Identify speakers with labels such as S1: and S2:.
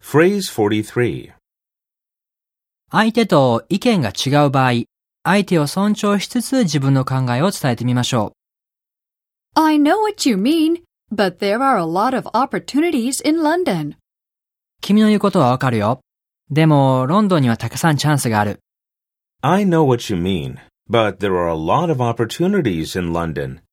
S1: Phrase 43.
S2: 相手と意見が違う場合、相手を尊重しつつ自分の考えを伝えてみましょ
S3: I know what you mean, but there are a lot of opportunities in London.
S2: う。君の言うことはわかるよ。でも、ロンドンにはたくさんチャンスがある。
S1: I know what you mean, but there are a lot of opportunities in London.